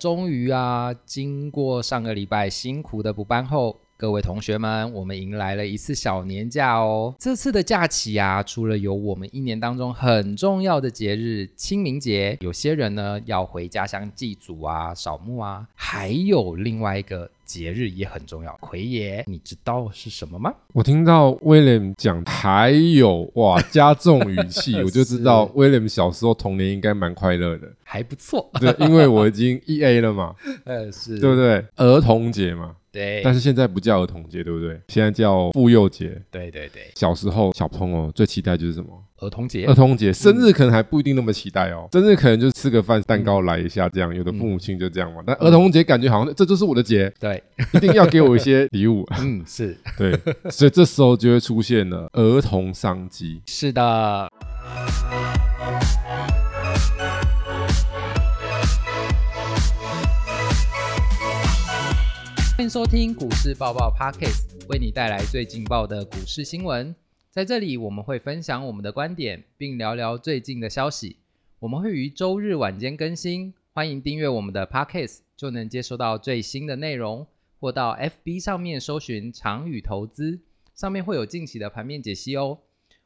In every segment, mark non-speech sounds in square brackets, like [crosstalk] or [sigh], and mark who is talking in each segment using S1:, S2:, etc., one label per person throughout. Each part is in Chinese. S1: 终于啊，经过上个礼拜辛苦的补班后，各位同学们，我们迎来了一次小年假哦。这次的假期啊，除了有我们一年当中很重要的节日清明节，有些人呢要回家乡祭祖啊、扫墓啊，还有另外一个节日也很重要，奎爷，你知道是什么吗？
S2: 我听到威廉讲，还有哇，加重语
S1: [laughs]
S2: 气，我就知道威廉小时候童年应该蛮快乐的。
S1: 还不错，
S2: 对，因为我
S1: [laughs]
S2: 已经 E A 了嘛，
S1: 呃，是，
S2: 对不对？儿童节嘛，
S1: [laughs] 对
S2: 但是现在不叫儿童节，对不对？现在叫妇幼节。
S1: 对对对，
S2: 小时候小朋友最期待就是什么？
S1: 儿童节
S2: 儿，童节，生日可能还不一定那么期待哦，生日可能就吃个饭，蛋糕来一下这样，
S1: 嗯
S2: 有的父母亲就这样嘛。但儿童节感觉好像这就是我的节，
S1: 对，
S2: 一定要给我一些
S1: [laughs]
S2: 礼物。
S1: 嗯，是
S2: 对，所以这时候就会出现了儿童商机。
S1: 是的，欢迎收听股市爆爆 Podcast，为你带来最劲爆的股市新闻。在这里，我们会分享我们的观点，并聊聊最近的消息。我们会于周日晚间更新，欢迎订阅我们的 Podcast，就能接收到最新的内容。或到 FB 上面搜寻“长宇投资”，上面会有近期的盘面解析哦。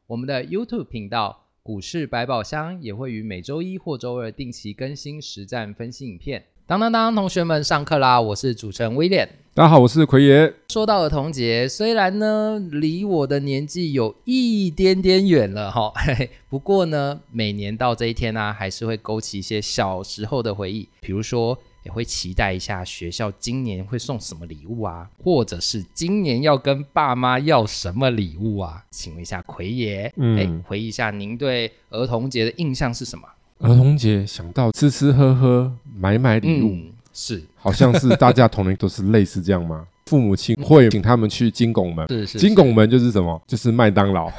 S1: 我们的 YouTube 频道“股市百宝箱”也会于每周一或周二定期更新实战分析影片。当当当，同学们上课啦！我是主持人威廉。
S2: 大家好，我是奎爷。
S1: 说到儿童节，虽然呢离我的年纪有一点点远了哈，嘿嘿，不过呢每年到这一天呢、还是会勾起一些小时候的回忆，比如说也会期待一下学校今年会送什么礼物啊，或者是今年要跟爸妈要什么礼物啊？请问一下奎爷，
S2: 嗯
S1: 哎、回忆一下您对儿童节的印象是什么？
S2: 儿童节想到吃吃喝喝、买买礼物，
S1: 嗯，是
S2: 好像是大家童年都是类似这样
S1: [laughs]
S2: 吗？父母亲会请他们去金拱门。
S1: 是是，
S2: 金拱门就是什么？就是麦当
S1: [laughs]
S2: 劳。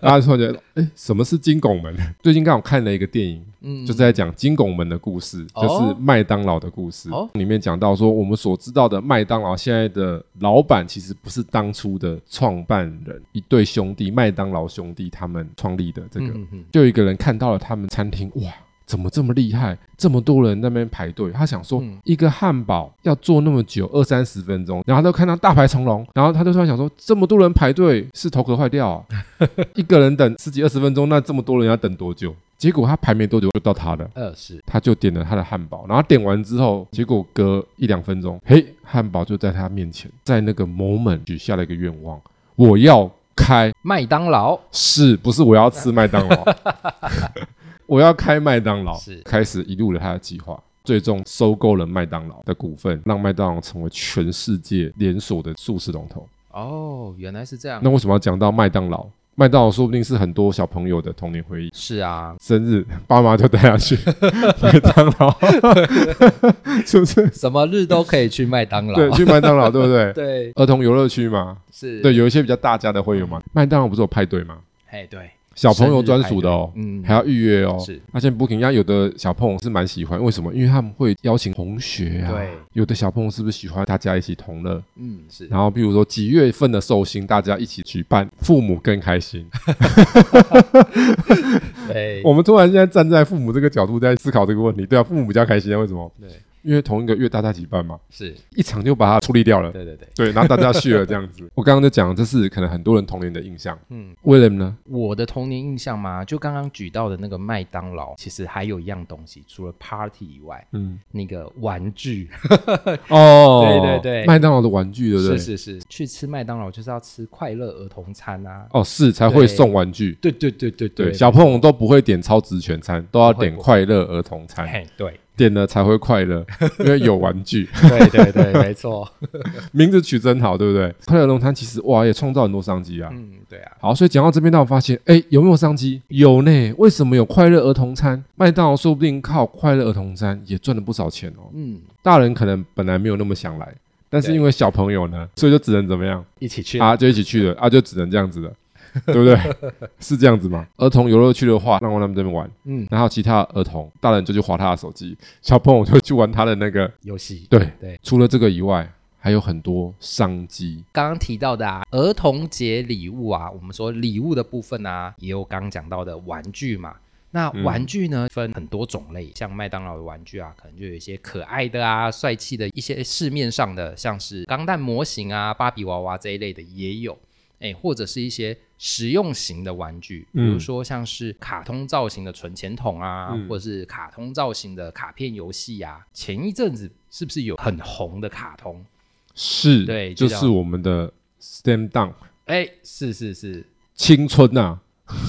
S2: 大家突然觉得，哎、什么是金拱门？最近刚好看了一个电影，
S1: 嗯
S2: 就是在讲金拱门的故事，
S1: 哦
S2: 就是麦当劳的故事。
S1: 哦
S2: 里面讲到说，我们所知道的麦当劳现在的老板其实不是当初的创办人，一对兄弟，麦当劳兄弟他们创立的这个。
S1: 嗯嗯
S2: 就有一个人看到了他们餐厅，哇，怎么这么厉害？这么多人在那边排队，他想说，
S1: 嗯
S2: 一个汉堡要做那么久，二三十分钟，然后他就看到大排长龙，然后他就突然想说，这么多人排队是头壳坏掉啊、一个人等十几二十分钟，那这么多人要等多久？结果他排没多久就到他了。
S1: 嗯，呃是，
S2: 他就点了他的汉堡，然后点完之后，结果隔一两分钟，嘿，汉堡就在他面前，在那个 moment 许下了一个愿望：我要开
S1: 麦当劳
S2: 是不是我要吃麦当
S1: [laughs]
S2: 劳？我要开麦当劳
S1: 是，
S2: 开始一路了他的计划，最终收购了麦当劳的股份，让麦当劳成为全世界连锁的素食龙头。
S1: 哦，原来是这样。
S2: 那为什么要讲到麦当劳？麦当劳说不定是很多小朋友的童年回忆。
S1: 是啊，
S2: 生日，爸妈就带
S1: [laughs]
S2: 他去麦当劳，是不是？
S1: 什么日都可以去麦当劳。
S2: 对，去麦当劳，对不
S1: [laughs]
S2: 对？
S1: 对
S2: 儿童游乐区嘛，
S1: 是，
S2: 对，，有一些比较大家的会有嘛。
S1: 嗯
S2: 麦当劳不是有派对吗？
S1: 哎对，
S2: 小朋友专属的哦，
S1: 嗯，
S2: 还要预约哦。
S1: 是
S2: 而且 Booking 家有的小朋友是蛮喜欢，为什么？因为他们会邀请同学啊。
S1: 对。
S2: 有的小朋友是不是喜欢大家一起同乐？
S1: 嗯是，
S2: 然后比如说几月份的寿星，大家一起举办，父母更开心。
S1: 对
S2: 我们突然现在站在父母这个角度在思考这个问题，对啊，父母比较开心啊，为什么？
S1: 对
S2: 因为同一个月大家一起办嘛，
S1: 是，
S2: 一场就把它处理掉了。
S1: 对对对，
S2: 对，然后大家续了这
S1: [laughs]
S2: 样子。我刚刚就讲，这是可能很多人童年的印象。
S1: 嗯，
S2: William 呢？
S1: 我的童年印象嘛，就刚刚举到的那个麦当劳，其实还有一样东西，除了 party 以外，
S2: 嗯，
S1: 那个玩具，
S2: 哦，
S1: 对对对
S2: 麦当劳的玩具，对不对？
S1: 是是是，去吃麦当劳就是要吃快乐儿童餐啊。
S2: 哦，是才
S1: 对
S2: 会送玩具。
S1: 对对对对
S2: 对，小朋友都不会点超值全餐，都要点快乐儿童餐，
S1: 嘿，对
S2: 点了才会快乐，因为有玩具。
S1: 对对对，没错，
S2: 名字取真好，对不对？快乐儿童餐其实哇，也创造很多商机啊。
S1: 嗯，对啊，
S2: 好，所以讲到这边，让我发现，哎，有没有商机？有呢。为什么有快乐儿童餐？麦当劳说不定靠快乐儿童餐也赚了不少钱哦。
S1: 嗯，
S2: 大人可能本来没有那么想来，但是
S1: 对
S2: 因为小朋友呢，所以就只能怎么样
S1: 一起去，
S2: 啊，就一起去了啊，就只能这样子了，对
S1: [laughs]
S2: 不对？是这样子吗？儿童游乐区的话，让我让他们这边玩。
S1: 嗯，
S2: 然后其他儿童、大人就去划他的手机，小朋友就去玩他的那个。
S1: 游戏，
S2: 对
S1: 对，
S2: 除了这个以外，还有很多商机。
S1: 刚刚提到的啊，儿童节礼物啊，我们说礼物的部分啊，也有刚刚讲到的玩具嘛。那
S2: 嗯
S1: 玩具呢，分很多种类，像麦当劳的玩具啊，可能就有一些可爱的啊、帅气的一些市面上的，像是钢弹模型啊、芭比娃娃这一类的也有，哎，或者是一些实用型的玩具，比如
S2: 嗯
S1: 说像是卡通造型的存钱筒啊，
S2: 嗯
S1: 或者是卡通造型的卡片游戏啊。前一阵子是不是有很红的卡通？
S2: 是，
S1: 对
S2: 就
S1: 就叫
S2: 是我们的 Slam Dunk
S1: 哎，是是是
S2: 青春呐、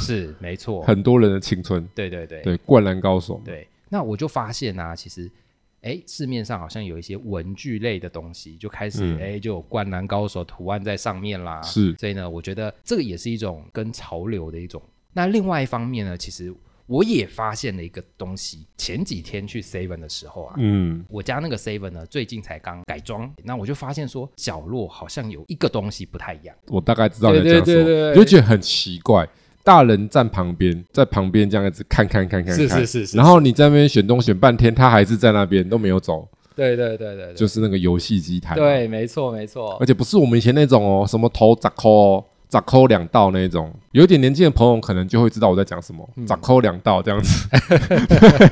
S1: 是，没错，
S2: 很多人的青春，
S1: 对对对
S2: 对，灌篮高手，
S1: 对，那我就发现啊，其实，哎，市面上好像有一些文具类的东西，就开始
S2: 嗯
S1: 哎、就有灌篮高手图案在上面啦。
S2: 是
S1: 所以呢，我觉得这个也是一种跟潮流的一种。那另外一方面呢，其实我也发现了一个东西，前几天去 Seven 的时候啊。
S2: 嗯，
S1: 我家那个 Seven 呢，最近才刚改装，那我就发现说角落好像有一个东西不太一样。
S2: 我大概知道你在讲什
S1: 对对
S2: 么，
S1: 对对
S2: 你就觉得很奇怪。大人站旁边，在旁边这样子看看看看看，
S1: 是是
S2: 然后你在那边选东选半天，他还是在那边都没有走，
S1: 对对对对
S2: 就是那个游戏机台。，
S1: 对，没错没错
S2: 而，且不是我们以前那种哦，什么头砸扣哦，砸扣两道那一种，有一点年纪的朋友可能就会知道我在讲什么，砸扣两道这样子。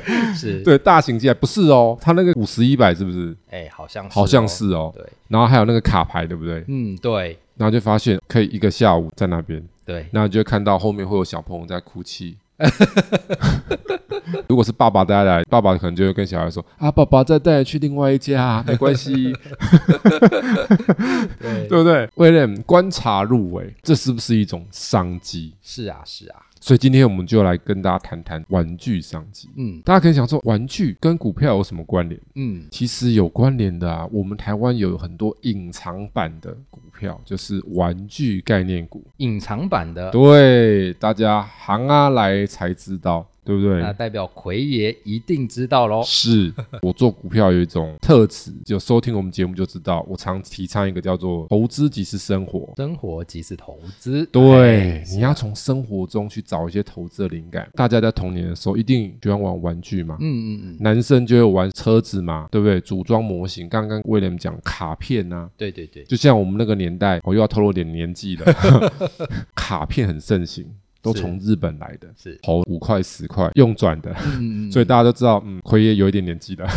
S1: 嗯是，
S2: 对，大型机台不是哦，它那个五十一百是不是？
S1: 哎，好像
S2: 好像
S1: 哦
S2: 是哦。
S1: 对，
S2: 然后还有那个卡牌，对不对？
S1: 嗯，对
S2: 然后就发现可以一个下午在那边，
S1: 对，
S2: 然后就会看到后面会有小朋友在哭泣。 [laughs] 如果是爸爸带来，爸爸可能就会跟小孩说：“啊，爸爸再带你去另外一家啊，没关
S1: [laughs]
S2: 系，
S1: 对
S2: 对不对？”威廉观察入围，这是不是一种商机？
S1: 是啊，是啊，
S2: 所以今天我们就来跟大家谈谈玩具商机。
S1: 嗯
S2: 大家可以想说，玩具跟股票有什么关联？
S1: 嗯，
S2: 其实有关联的啊，我们台湾有很多隐藏版的股票，就是玩具概念股。
S1: 隐藏版的，
S2: 对，大家行啊来才知道，对不对？
S1: 那代表奎爷一定知道喽。
S2: 是我做股票有一种特质，就收听我们节目就知道，我常提倡一个叫做“投资即是生活
S1: 生活即是投资，”。
S2: 对，
S1: 哎
S2: 你要从生活中去找一些投资的灵感。大家在童年的时候一定喜欢玩玩具嘛，
S1: 嗯嗯嗯，
S2: 男生就会玩车子嘛，对不对？组装模型，刚刚威廉讲卡片啊，
S1: 对对对，
S2: 就像我们那个年代，我、哦又要透露点年
S1: [laughs]
S2: 纪了，卡片很盛行，都
S1: 是
S2: 从日本来的，
S1: 是，
S2: 投五块十块用转的，
S1: 嗯嗯
S2: 所
S1: 嗯。
S2: 以大家都知道，嗯，奎爷有一点年
S1: [laughs]
S2: 纪了。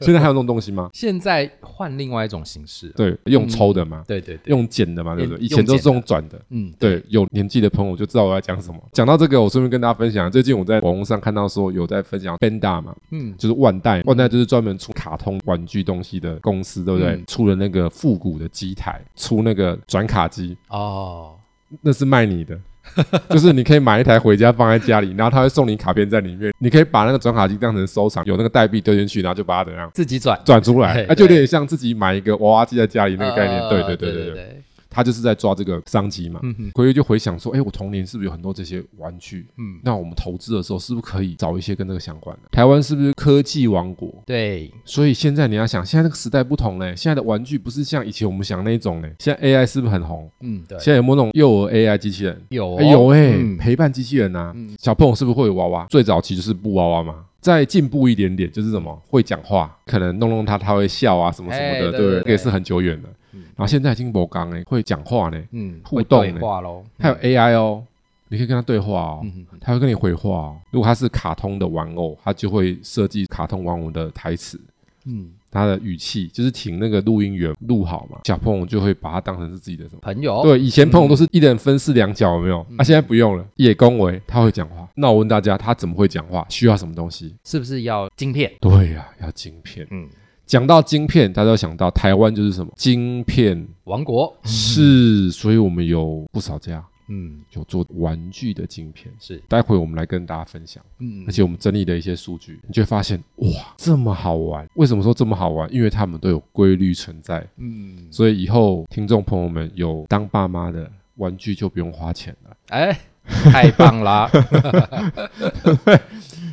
S2: 现在还有那种东西吗？
S1: 现在换另外一种形式了，
S2: 对，用抽的嘛，
S1: 对对对，
S2: 用剪的嘛，对不对？
S1: 嗯用
S2: 以前都是用转的。
S1: 嗯，
S2: 对，有年纪的朋友就知道我在讲什么。讲到这个，我顺便跟大家分享，最近我在网络上看到说有在分享 Benda 嘛，
S1: 嗯，
S2: 就是万代，万代就是专门出卡通玩具东西的公司，对不对？
S1: 嗯
S2: 出了那个复古的机台，出那个转卡机，
S1: 哦，
S2: 那是卖你的，就是你可以买一台回家放在家里，然后他会送你卡片在里面，你可以把那个转卡机当成收藏，有那个代币丢进去，然后就把它怎样
S1: 自己转
S2: 转出来
S1: 嘿，
S2: 啊，就有
S1: 对
S2: 点像自己买一个娃娃机在家里那个概念。
S1: 呃
S2: 对
S1: 对
S2: 对对对对，
S1: 对，
S2: 他就是在抓这个商机嘛。
S1: 嗯哼
S2: 奎爷就回想说，哎，我童年是不是有很多这些玩具？
S1: 嗯，
S2: 那我们投资的时候，是不是可以找一些跟这个相关的？台湾是不是科技王国？
S1: 对，
S2: 所以现在你要想，现在这个时代不同嘞，现在的玩具不是像以前我们想那种嘞，现在 AI 是不是很红？
S1: 嗯对，
S2: 现在有没有那种幼儿 AI 机器人？
S1: 有哦
S2: 哎有哎、
S1: 嗯
S2: 陪伴机器人啊，小朋友是不是会有娃娃？最早期就是布娃娃嘛，再进步一点点就是什么会讲话，可能弄弄它它会笑啊什么什么
S1: 哎
S2: 的，
S1: 对
S2: 对
S1: 对
S2: 这个也是
S1: 对
S2: 很久远了。然后现在已经不刚哎，会讲话呢，
S1: 嗯，
S2: 互
S1: 会
S2: 动
S1: 对
S2: 呢
S1: 话喽，
S2: 还有 AI 哦，你可以跟它对话哦，
S1: 嗯嗯嗯
S2: 它会跟你回话哦。如果它是卡通的玩偶，它就会设计卡通玩偶的台词。
S1: 嗯，
S2: 它的语气就是请那个录音员录好嘛，小朋友就会把它当成是自己的什么。
S1: 朋友，
S2: 对，以前朋友都是一人分饰两角，有没有？啊，现在不用了。叶恭维他会讲话，那我问大家，他怎么会讲话？需要什么东西？
S1: 是不是要晶片？
S2: 对呀、要晶片。
S1: 嗯，
S2: 讲到晶片，大家都想到台湾就是什么？晶片
S1: 王国，
S2: 是，所以我们有不少家
S1: 嗯，
S2: 有做玩具的晶片。
S1: 是，
S2: 待会我们来跟大家分享，
S1: 嗯
S2: 而且我们整理的一些数据，你就会发现，哇，这么好玩！为什么说这么好玩？因为他们都有规律存在，
S1: 嗯，
S2: 所以以后听众朋友们有当爸妈的玩具就不用花钱了。
S1: 哎，太棒
S2: [laughs]
S1: 啦！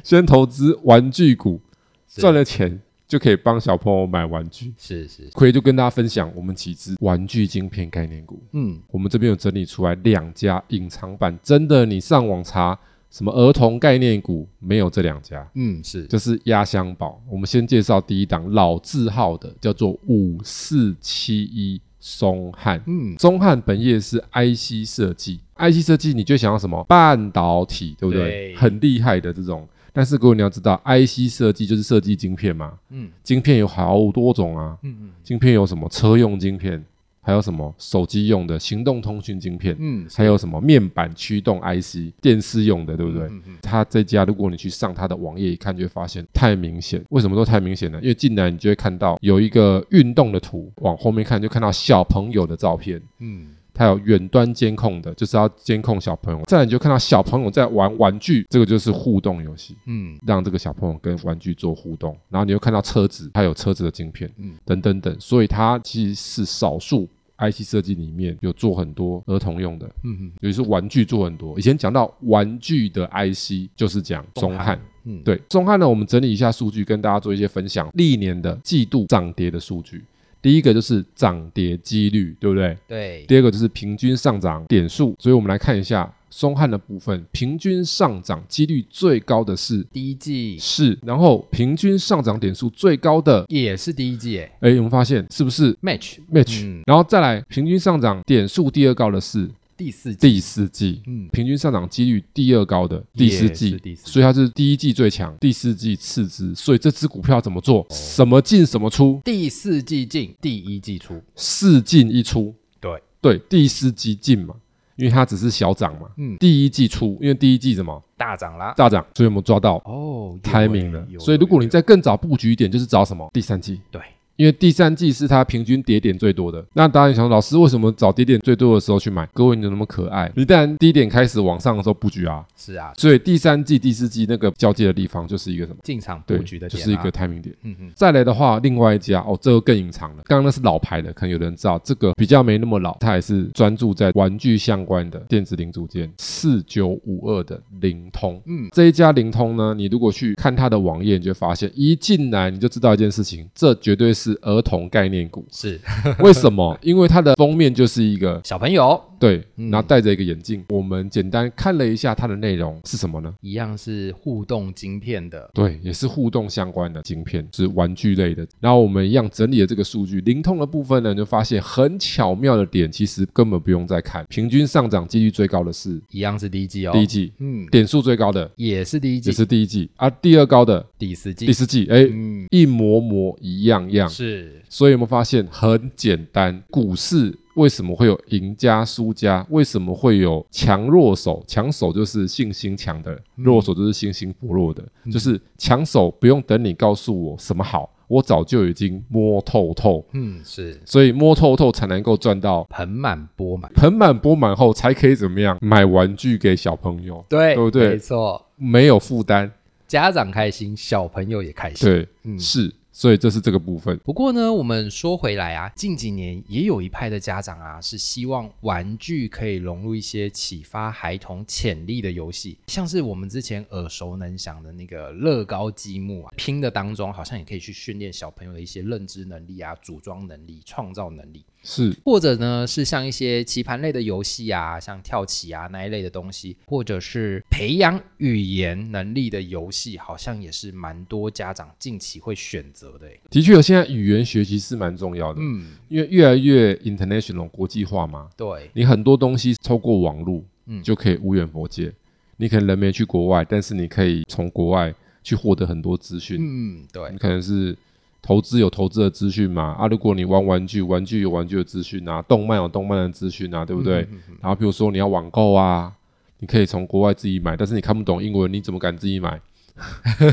S2: 先投资玩具股，
S1: 是
S2: 赚了钱就可以帮小朋友买玩具。
S1: 是是，
S2: 奎就跟大家分享我们几只玩具晶片概念股，
S1: 嗯，
S2: 我们这边有整理出来两家隐藏版，真的你上网查什么儿童概念股没有这两家，
S1: 嗯，是
S2: 就是压箱宝。我们先介绍第一档老字号的，叫做五四七一松汉。
S1: 嗯，
S2: 中汉本业是 IC 设计，IC 设计你就想要什么半导体，对不对？
S1: 对
S2: 很厉害的这种。但是各位你要知道，IC 设计就是设计晶片嘛，
S1: 嗯
S2: 晶片有好多种啊，
S1: 嗯
S2: 晶片有什么车用晶片，还有什么手机用的行动通讯晶片，
S1: 嗯嗯，
S2: 还有什么面板驱动 IC 电视用的，对不对？
S1: 嗯嗯
S2: 它这家，如果你去上它的网页一看，就会发现太明显。为什么说太明显呢？因为进来你就会看到有一个运动的图，往后面看就看到小朋友的照片，
S1: 嗯，
S2: 它有远端监控的，就是要监控小朋友。再来你就看到小朋友在玩玩具，这个就是互动游戏。
S1: 嗯
S2: 让这个小朋友跟玩具做互动，然后你又看到车子，它有车子的晶片，
S1: 嗯
S2: 嗯，等等等，所以它其实是少数 IC 设计里面有做很多儿童用的，
S1: 嗯嗯
S2: 尤其是玩具做很多。以前讲到玩具的 IC，就是讲中汉。
S1: 嗯，
S2: 对中汉呢，我们整理一下数据，跟大家做一些分享。历年的季度涨跌的数据，第一个就是涨跌几率，对不对？
S1: 对，
S2: 第二个就是平均上涨点数，所以我们来看一下松汉的部分，平均上涨几率最高的是
S1: 第一季
S2: 是，然后平均上涨点数最高的，
S1: 也是第一季诶
S2: 哎，我们发现是不是
S1: ，match
S2: match？、
S1: 嗯
S2: 然后再来，平均上涨点数第二高的是
S1: 第四季，
S2: 第四季，
S1: 嗯
S2: 平均上涨几率第二高的第四
S1: 也是
S2: 季，
S1: 第四季
S2: 所以它是第一季最强，第四季次之。所以这只股票怎么
S1: 哦
S2: 做？什么进什么出，
S1: 第四季进，第一季出，
S2: 四进一出。
S1: 对
S2: 对，第四季进嘛，因为它只是小涨嘛。
S1: 嗯
S2: 第一季出，因为第一季怎么
S1: 大涨啦。
S2: 大涨，所以我们抓到
S1: 哦，有欸
S2: timing 了
S1: 有。
S2: 所以
S1: 有
S2: 如果
S1: 有
S2: 你再更早布局一点，就是找什么第三季。
S1: 对，
S2: 因为第三季是它平均跌点最多的。那当然想说，老师为什么找跌点最多的时候去买？各位你怎么那么可爱？你当然低点开始往上的时候布局啊，
S1: 是啊，
S2: 所以第三季、第四季那个交界的地方就是一个什么？
S1: 进场
S2: 对
S1: 布局的
S2: 就
S1: 点
S2: 是一
S1: 啦
S2: 个 timing 点。
S1: 嗯嗯
S2: 再来的话，另外一家哦，这个更隐藏了。刚刚那是老牌的，可能有的人知道，这个比较没那么老，它也是专注在玩具相关的电子零组件，四九五二的灵通。
S1: 嗯，。
S2: 这一家灵通呢，你如果去看它的网页，你就会发现一进来你就知道一件事情，这绝对是儿童概念股
S1: 是
S2: 为什么？因为它的封面就是一个
S1: 小朋友
S2: 对，
S1: 嗯
S2: 然后戴着一个眼镜。我们简单看了一下它的内容是什么呢？
S1: 一样是互动晶片的，
S2: 对，也是互动相关的晶片，是玩具类的。然后我们一样整理了这个数据，灵通的部分呢，你就发现很巧妙的点，其实根本不用再看，平均上涨几率最高的是
S1: 一样是第一季哦，
S2: 第一季，
S1: 嗯，
S2: 点数最高的
S1: 也是第一季，
S2: 也是第一季，啊，第二高的
S1: 第四季
S2: 第，四季，哎，
S1: 嗯，
S2: 一模模一样样。
S1: 是
S2: 所以有没有发现很简单？股市为什么会有赢家、输家？为什么会有强弱手？强手就是信心强的，弱手就是信心薄弱的。就是强手不用等你告诉我什么好，我早就已经摸透透，
S1: 嗯是
S2: 所以摸透透才能够赚到
S1: 盆满钵满，
S2: 盆满钵满后，才可以怎么样买玩具给小朋友，
S1: 对
S2: 对不对
S1: 没错，
S2: 没有负担。
S1: 家长开心，小朋友也开心。
S2: 对，
S1: 嗯
S2: 是，所以这是这个部分。
S1: 不过呢，我们说回来啊，近几年也有一派的家长啊，是希望玩具可以融入一些启发孩童潜力的游戏，像是我们之前耳熟能详的那个乐高积木啊，拼的当中好像也可以去训练小朋友的一些认知能力啊、组装能力、创造能力。
S2: 是，
S1: 或者呢是像一些棋盘类的游戏啊，像跳棋啊那一类的东西，或者是培养语言能力的游戏，好像也是蛮多家长近期会选择的欸。
S2: 的确，现在语言学习是蛮重要的。
S1: 嗯，
S2: 因为越来越 international 国际化嘛，
S1: 对，
S2: 你很多东西透过网络，
S1: 嗯
S2: 就可以无远佛界。你可能人没去国外，但是你可以从国外去获得很多资讯。
S1: 嗯，对
S2: 你，可能是投资有投资的资讯嘛，啊，如果你玩玩具，玩具有玩具的资讯啊，动漫有动漫的资讯啊，对不对？
S1: 嗯
S2: 然后比如说你要网购啊，你可以从国外自己买，但是你看不懂英文，你怎么敢自己买？ [laughs]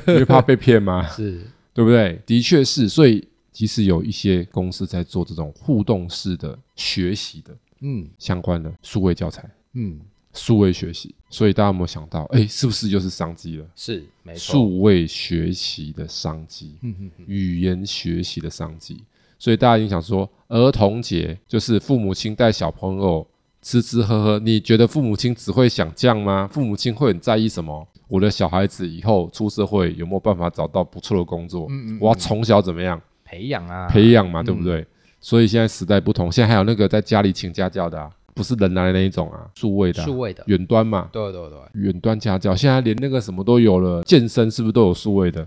S2: 因为怕被骗嘛。
S1: 是，
S2: 对不对？的确是，所以其实有一些公司在做这种互动式的学习的
S1: 嗯
S2: 相关的数位教材、
S1: 嗯，
S2: 数位学习，所以大家有没有想到，哎，是不是又是商机了？
S1: 是，没错，
S2: 数位学习的商机，
S1: 嗯嗯嗯，
S2: 语言学习的商机，所以大家已经想说，儿童节就是父母亲带小朋友吃吃喝喝，你觉得父母亲只会想这样吗？父母亲会很在意什么？我的小孩子以后出社会有没有办法找到不错的工作？
S1: 嗯嗯嗯
S2: 我要从小怎么样？
S1: 培养啊，
S2: 培养嘛，对不对？所以现在时代不同，现在还有那个在家里请家教的、啊，不不是人拿来那一种啊，数位的啊、
S1: 数位的，
S2: 远端嘛，
S1: 对对对，
S2: 远端家教，现在连那个什么都有了，健身是不是都有数位的？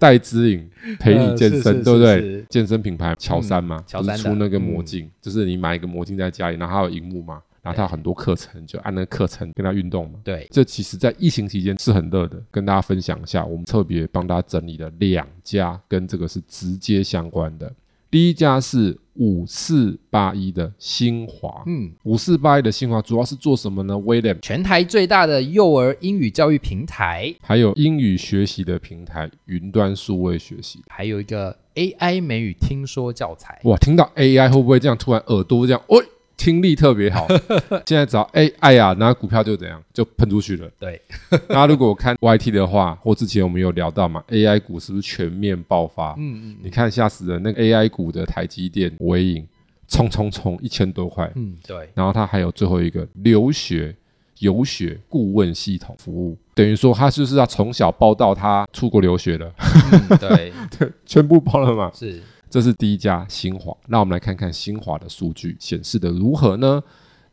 S2: 戴之颖陪你健
S1: 呃是
S2: 身，
S1: 是
S2: 对不对？
S1: 是是嗯
S2: 健身品牌乔山嘛，
S1: 乔
S2: 不
S1: 山
S2: 是
S1: 的嗯
S2: 出那个魔镜，就是你买一个魔镜在家里，然后它有荧幕嘛，然后它有很多课程，就按那个课程跟它运动嘛。
S1: 对，
S2: 这其实，在疫情期间是很热的，跟大家分享一下，我们特别帮大家整理了两家跟这个是直接相关的。第一家是五四八一的新华，
S1: 嗯，
S2: 五四八一的新华主要是做什么呢？William
S1: 全台最大的幼儿英语教育平台，
S2: 还有英语学习的平台云端数位学习。
S1: 还有一个 AI 美语听说教材，
S2: 哇，听到 AI 会不会这样突然耳朵这样，哦，听力特
S1: [laughs]
S2: 别好？现在只要 AI 啊，那股票就怎样就喷出去了。 [laughs]
S1: 对，
S2: 大家如果看 YT 的话，或之前我们有聊到嘛，AI 股是不是全面爆发？
S1: 嗯嗯
S2: 你看吓死人，那个 AI 股的台积电、微影，冲冲冲一千多块，
S1: 嗯，对，
S2: 然后它还有最后一个留学游学顾问系统服务，等于说他就是要从小报到他出国留学了，
S1: 嗯 [laughs] 对，
S2: [laughs] 全部包了嘛。
S1: 是，
S2: 这是第一家新华，那我们来看看新华的数据显示的如何呢？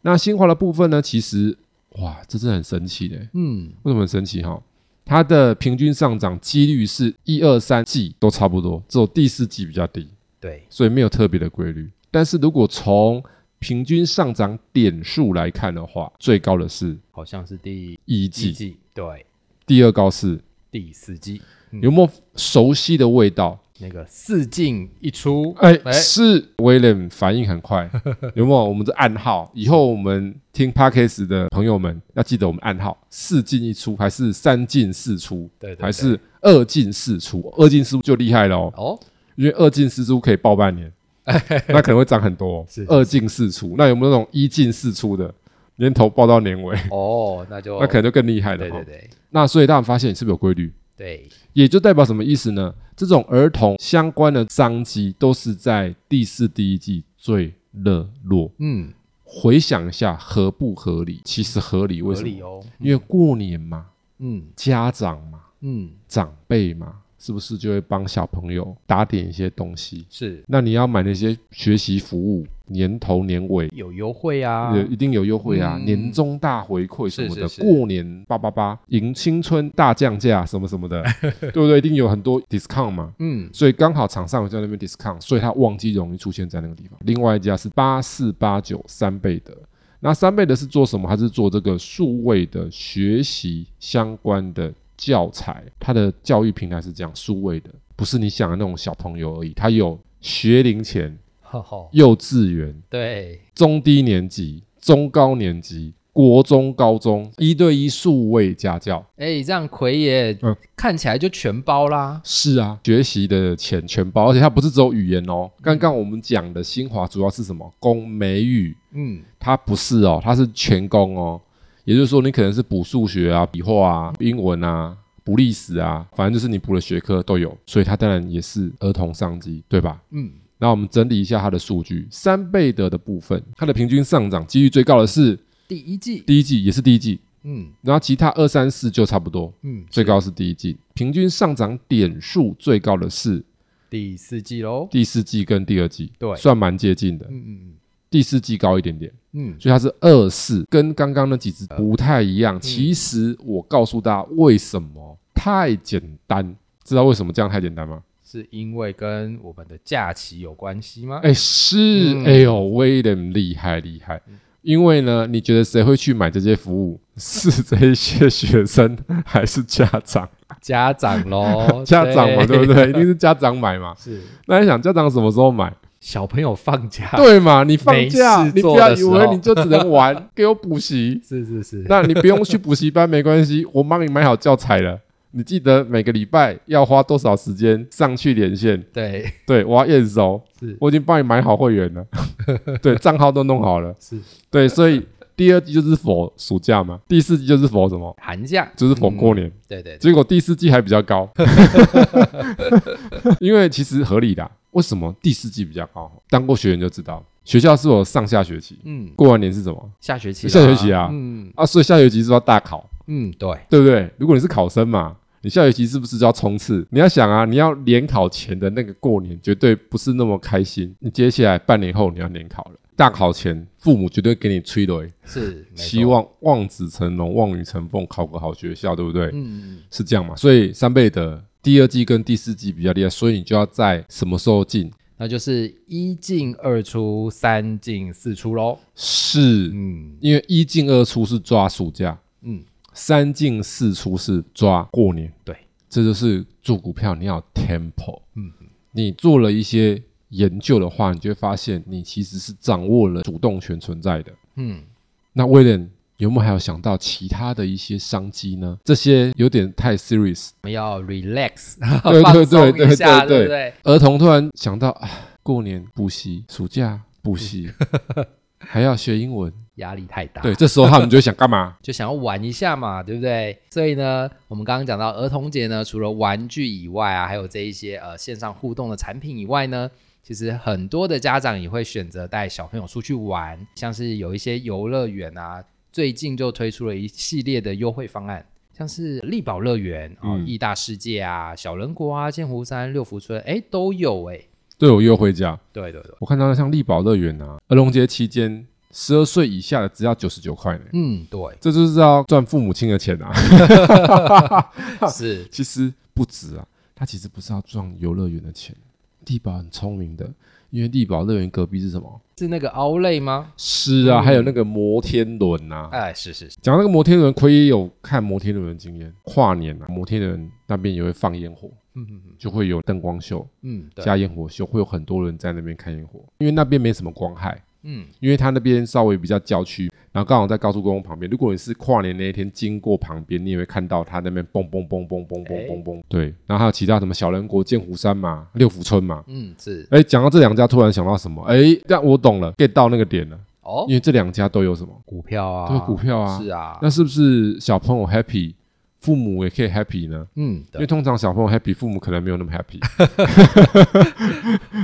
S2: 那新华的部分呢，其实哇，这是很神奇的，
S1: 嗯，
S2: 为什么很神奇哈？它的平均上涨几率是一二三季都差不多，只有第四季比较低。
S1: 对，
S2: 所以没有特别的规律。但是如果从平均上涨点数来看的话，最高的是
S1: 好像是第
S2: 一
S1: 几
S2: 季，
S1: 季，对，
S2: 第二高是
S1: 第四季，嗯
S2: 有没有熟悉的味道？
S1: 那个四进一出，
S2: 哎、
S1: 哎
S2: 是 William 反应
S1: [laughs]
S2: 很快，有没有？我们的暗号，以后我们听 Parkes 的朋友们要记得我们暗号：四进一出，还是三进四出，
S1: 对对对
S2: 还是二进四出？二进四出就厉害了哦，
S1: 哦，
S2: 因为二进四出可以报半年，那可能会涨很多、哦
S1: 哎 [laughs] 是是。是
S2: 二进四出，那有没有那种一进四出的，年头报到年尾，
S1: 哦，那就
S2: 那可能就更厉害了、
S1: 对对
S2: 哦。
S1: 对
S2: 那所以大家发现是不是有规律？
S1: 对，
S2: 也就代表什么意思呢？这种儿童相关的商机都是在第四、第一季最热络。
S1: 嗯，
S2: 回想一下合不合理？其实合理，为
S1: 合
S2: 什
S1: 理
S2: 么？
S1: 哦，
S2: 因为过年嘛，
S1: 嗯
S2: 家长嘛，
S1: 嗯，
S2: 长辈嘛，是不是就会帮小朋友打点一些东西？
S1: 是
S2: 那你要买那些学习服务，年头年尾
S1: 有优惠啊
S2: 有，一定有优惠啊，
S1: 嗯
S2: 年终大回馈什么的，
S1: 是是是
S2: 过年八八八迎青春大降价什么什
S1: [laughs]
S2: 么的，对不对？一定有很多 discount 嘛。
S1: 嗯，
S2: 所以刚好厂商有在那边 discount，所以它旺季容易出现在那个地方。另外一家是八四八九三倍的，那三倍的是做什么？它是做这个数位的学习相关的教材，它的教育平台是这样数位的，不是你想的那种小朋友而已，它有学龄前、
S1: 哈哈，
S2: 幼稚园、
S1: 对，
S2: 中低年级、中高年级、国中、高中一对一数位家教。
S1: 哎，这样奎爷
S2: 嗯
S1: 看起来就全包啦，
S2: 是啊，学习的钱全包，而且它不是只有语言哦。刚刚我们讲的新华主要是什么？攻美语，
S1: 嗯，
S2: 它不是哦，它是全攻哦。也就是说，你可能是补数学啊、笔画啊、英文啊、补历史啊，反正就是你补的学科都有，所以它当然也是儿童商机，对吧？
S1: 嗯，
S2: 那我们整理一下它的数据，三倍的的部分，它的平均上涨几率最高的是
S1: 第一季，
S2: 第一季，也是第一季，
S1: 嗯
S2: 然后其他二三四就差不多，
S1: 嗯，
S2: 最高是第一季，平均上涨点数最高的是
S1: 第四季喽，
S2: 第四季跟第二季，
S1: 对
S2: 算蛮接近的。
S1: 嗯嗯
S2: 第四季高一点点，
S1: 嗯嗯，
S2: 所以它是二四，跟刚刚那几
S1: 呃
S2: 只不太一
S1: 嗯
S2: 样。其实我告诉大家为什么太简单，知道为什么这样太简单吗？
S1: 是因为跟我们的假期有关系吗？
S2: 哎，是，
S1: 嗯
S2: 哎呦，William 厉害厉害。因为呢，你觉得谁会去买这些服务？ [laughs] 是这些学生还是家长？，
S1: 家长喽 [laughs]
S2: 家长嘛，对不对？一定是家长买嘛。
S1: 是
S2: 那你想家长什么时候买？
S1: 小朋友放假，
S2: 对嘛？你放假，
S1: 没事
S2: 你不
S1: 做
S2: 要
S1: 的
S2: 以
S1: 时候
S2: 为你就只
S1: [laughs]
S2: 能玩，给我补习。
S1: 是是是，
S2: [laughs] 那你不用去补习班没关系，我帮你买好教材了。你记得每个礼拜要花多少时间上去连线？
S1: 对，
S2: 对，我要验收
S1: 是，
S2: 我已经帮你买好会员了，对，账号都弄好了。
S1: 是
S2: 对，所以第二季就是否暑假嘛，第四季就是否什么？
S1: 寒假，
S2: 就是否过年。
S1: 对对对，
S2: 结果第四季还比较高，因为其实合理的。啊为什么第四季比较高？当过学员就知道，学校是有上下学期，
S1: 嗯，
S2: 过完年是什么
S1: 下学期啦，
S2: 下学期啊
S1: 嗯
S2: 啊？所以下学期是要大考，
S1: 嗯，对，
S2: 对不对？如果你是考生嘛，你下学期是不是就要冲刺？你要想啊，你要联考前的那个过年绝对不是那么开心。你接下来半年后你要联考了，大考前父母绝对给你催泪，
S1: 是没错
S2: 希望望子成龙、望女成凤，考个好学校，对不对？
S1: 嗯，嗯
S2: 是这样嘛？所以三倍的第二季跟第四季比较厉害，所以你就要在什么时候进？
S1: 那就是一进二出，三进四出喽。
S2: 是、
S1: 嗯
S2: 因为一进二出是抓暑假，
S1: 嗯，
S2: 三进四出是抓过年，
S1: 对，
S2: 这就是做股票你要有 tempo，
S1: 嗯，
S2: 你做了一些研究的话，你就会发现你其实是掌握了主动权存在的。
S1: 嗯，
S2: 那威廉有没有还有想到其他的一些商机呢？这些有点太 serious，
S1: 我们要 relax，
S2: 对对
S1: 放
S2: 对
S1: 松一
S2: 对
S1: 下，
S2: 对
S1: 对不
S2: 对。
S1: 对？
S2: 儿童突然想到啊，过年补习，暑假
S1: [laughs]
S2: 补习，还要学英文，
S1: 压力太大，
S2: 对，，这时候他们就会想干嘛？
S1: 就想要玩一下嘛，对不对？所以呢，我们刚刚讲到儿童节呢，除了玩具以外啊，还有这一些呃线上互动的产品以外呢，其实很多的家长也会选择带小朋友出去玩，像是有一些游乐园啊，最近就推出了一系列的优惠方案。像是力宝乐园、哦
S2: 嗯、
S1: 义大世界啊、小人国啊、剑湖山、六福村，哎，都有哎。
S2: 对我约会价，
S1: 对对对，
S2: 我看到像力宝乐园啊，儿童节期间十二岁以下的只要九十九块呢，
S1: 嗯，对，
S2: 这就是要赚父母亲的钱啊。
S1: 是，
S2: 其实不止啊，他其实不是要赚游乐园的钱。力宝很聪明的，因为力宝乐园隔壁是什么？
S1: 是那个凹类吗？
S2: 是啊，
S1: 嗯
S2: 还有那个摩天轮呐、啊。
S1: 哎，是是是，
S2: 讲到那个摩天轮，奎也有看摩天轮的经验。跨年啊，摩天轮那边也会放烟火，
S1: 嗯嗯
S2: 就会有灯光秀
S1: 嗯，对，
S2: 加烟火秀，会有很多人在那边看烟火，因为那边没什么光害。
S1: 嗯
S2: 因为它那边稍微比较郊区，然后刚好在高速公路旁边。如果你是跨年那一天经过旁边，你也会看到它那边嘣嘣嘣嘣嘣嘣嘣嘣。对，然后还有其他什么小人国、剑湖山嘛、六福村嘛。
S1: 嗯是，
S2: 哎，讲到这两家，突然想到什么？哎，但我懂了，get 到那个点了，
S1: 哦
S2: 因，为这两家都有什么？
S1: 股票啊，
S2: 都有股票啊
S1: 是啊，
S2: 那是不是小朋友 happy，父母也可以 happy 呢？
S1: 嗯，
S2: 因为
S1: 对，
S2: 通常小朋友 happy，父母可能没有那么 happy。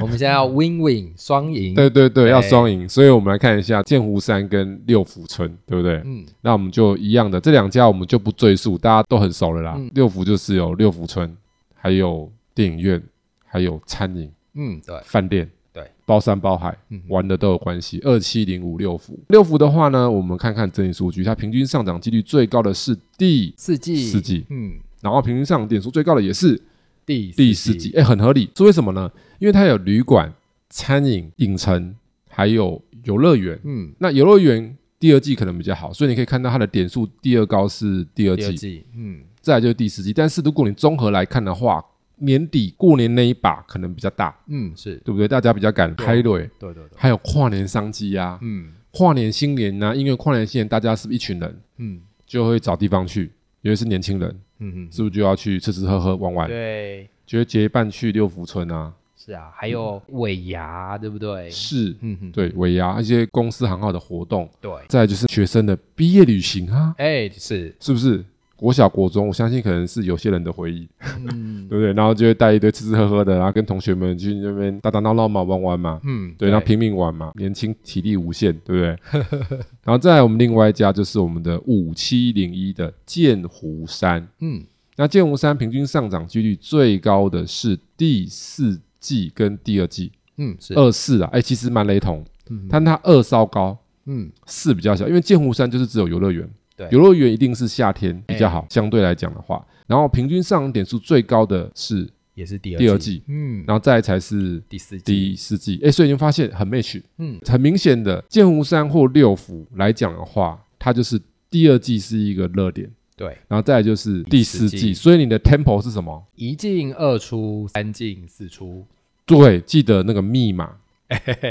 S1: 我们现在
S2: [laughs]
S1: 要 win win 双赢，
S2: 对对对，
S1: 对
S2: 要双赢。所以我们来看一下剑湖山跟六福村，对不对？
S1: 嗯，
S2: 那我们就一样的，这两家我们就不赘述，大家都很熟了啦。
S1: 嗯
S2: 六福就是有六福村，还有电影院，还有餐饮、
S1: 嗯，对，
S2: 饭店，
S1: 对，
S2: 包山包海，
S1: 嗯
S2: 玩的都有关系。二七零五六福，六福的话呢，我们看看整体数据，它平均上涨几率最高的是第，
S1: 四季，
S2: 四季
S1: 嗯，
S2: 然后平均上涨点数最高的也是
S1: 第
S2: 第四
S1: 四
S2: 季，，哎，很合理。是为什么呢？因为它有旅馆、餐饮、影城，还有游乐园。
S1: 嗯，
S2: 那游乐园第二季可能比较好，所以你可以看到它的点数第二高是第二
S1: 第
S2: 季，
S1: 二季，嗯，
S2: 再来就是第四季。但是如果你综合来看的话，年底过年那一把可能比较大，
S1: 嗯，是
S2: 对不对？大家比较敢
S1: 对
S2: 开瑞，
S1: 对啊对对，
S2: 还有跨年商机啊，
S1: 嗯
S2: 跨年新年呐、因为跨年新年大家是不是一群人
S1: 嗯
S2: 就会找地方去，尤其是年轻人，
S1: 嗯
S2: 是不是就要去吃吃喝喝玩
S1: 嗯，
S2: 玩？
S1: 对，
S2: 就会结伴去六福村啊，
S1: 是啊，还有尾牙，对不对？
S2: 是，
S1: 嗯嗯，
S2: 对，尾牙一些公司行号的活动，
S1: 对，
S2: 再来就是学生的毕业旅行啊，
S1: 哎，
S2: [laughs]
S1: 是，
S2: 是不是？国小、国中，我相信可能是有些人的回忆，
S1: 嗯
S2: 对不对？然后就会带一堆吃吃喝喝的，然后跟同学们去那边打打闹闹嘛，玩玩嘛，
S1: 嗯，
S2: 对，然后拼命玩嘛，年轻体力无限，对不对？ [laughs] 然后再来我们另外一家就是我们的五七零一的剑湖山，
S1: 嗯
S2: 那剑湖山平均上涨几率最高的是第四季跟第二季
S1: 嗯是，
S2: 二四啊，哎，其实蛮雷同，
S1: 嗯
S2: 但它二稍高，
S1: 嗯
S2: 四比较小，因为剑湖山就是只有游乐园，
S1: 对哎
S2: 游乐园一定是夏天比较好，相对来讲的话，然后平均上涨点数最高的是
S1: 也是第二
S2: 第二，季，
S1: 嗯，
S2: 然后再来才是
S1: 第四季，
S2: 第四季，哎，所以你会发现很 match，
S1: 嗯
S2: 很明显的剑湖山或六福来讲的话，它就是第二季是一个热点，
S1: 对，
S2: 然后再来就是第四
S1: 第四
S2: 季，
S1: 季
S2: 所以你的 tempo 是什么？
S1: 一进二出，三进四出，
S2: 对，记得那个密码，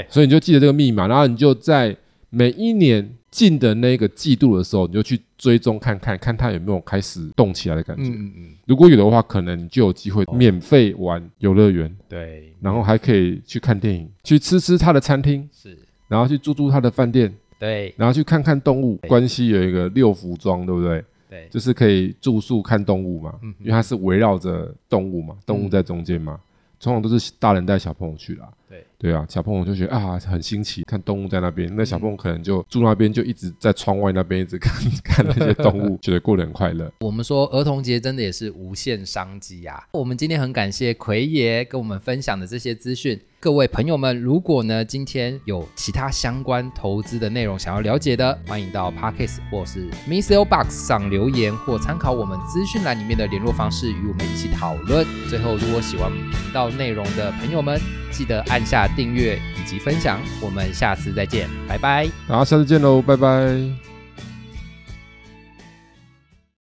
S2: 所以你就记得这个密码，然后你就在每一年进的那个季度的时候，你就去追踪看看，看它有没有开始动起来的感觉。
S1: 嗯嗯嗯，
S2: 如果有的话，可能你就有机会免费玩游乐园，
S1: 对，
S2: 然后还可以去看电影，去吃吃它的餐厅，
S1: 是。
S2: 然后去住住它的饭店，
S1: 对
S2: 然后去看看动物。关西有一个六福庄，对不对？
S1: 对，
S2: 就是可以住宿看动物嘛，因为它是围绕着动物嘛，动物在中间嘛，通常都是大人带小朋友去啦。
S1: 对
S2: 对啊，小朋友就觉得啊很新奇，看动物在那边，那小朋友可能就住那边，就一直在窗外那边一直看 [laughs] 看那些动物，觉得过得很快乐。
S1: 我们说儿童节真的也是无限商机啊！我们今天很感谢奎爷跟我们分享的这些资讯。各位朋友们，如果呢今天有其他相关投资的内容想要了解的，欢迎到 Parkes 或是 m i s s l Box 上留言，或参考我们资讯栏里面的联络方式与我们一起讨论。最后，如果喜欢我们频道内容的朋友们，记得按下订阅以及分享。我们下次再见，拜拜。
S2: 然后下次见喽，拜拜。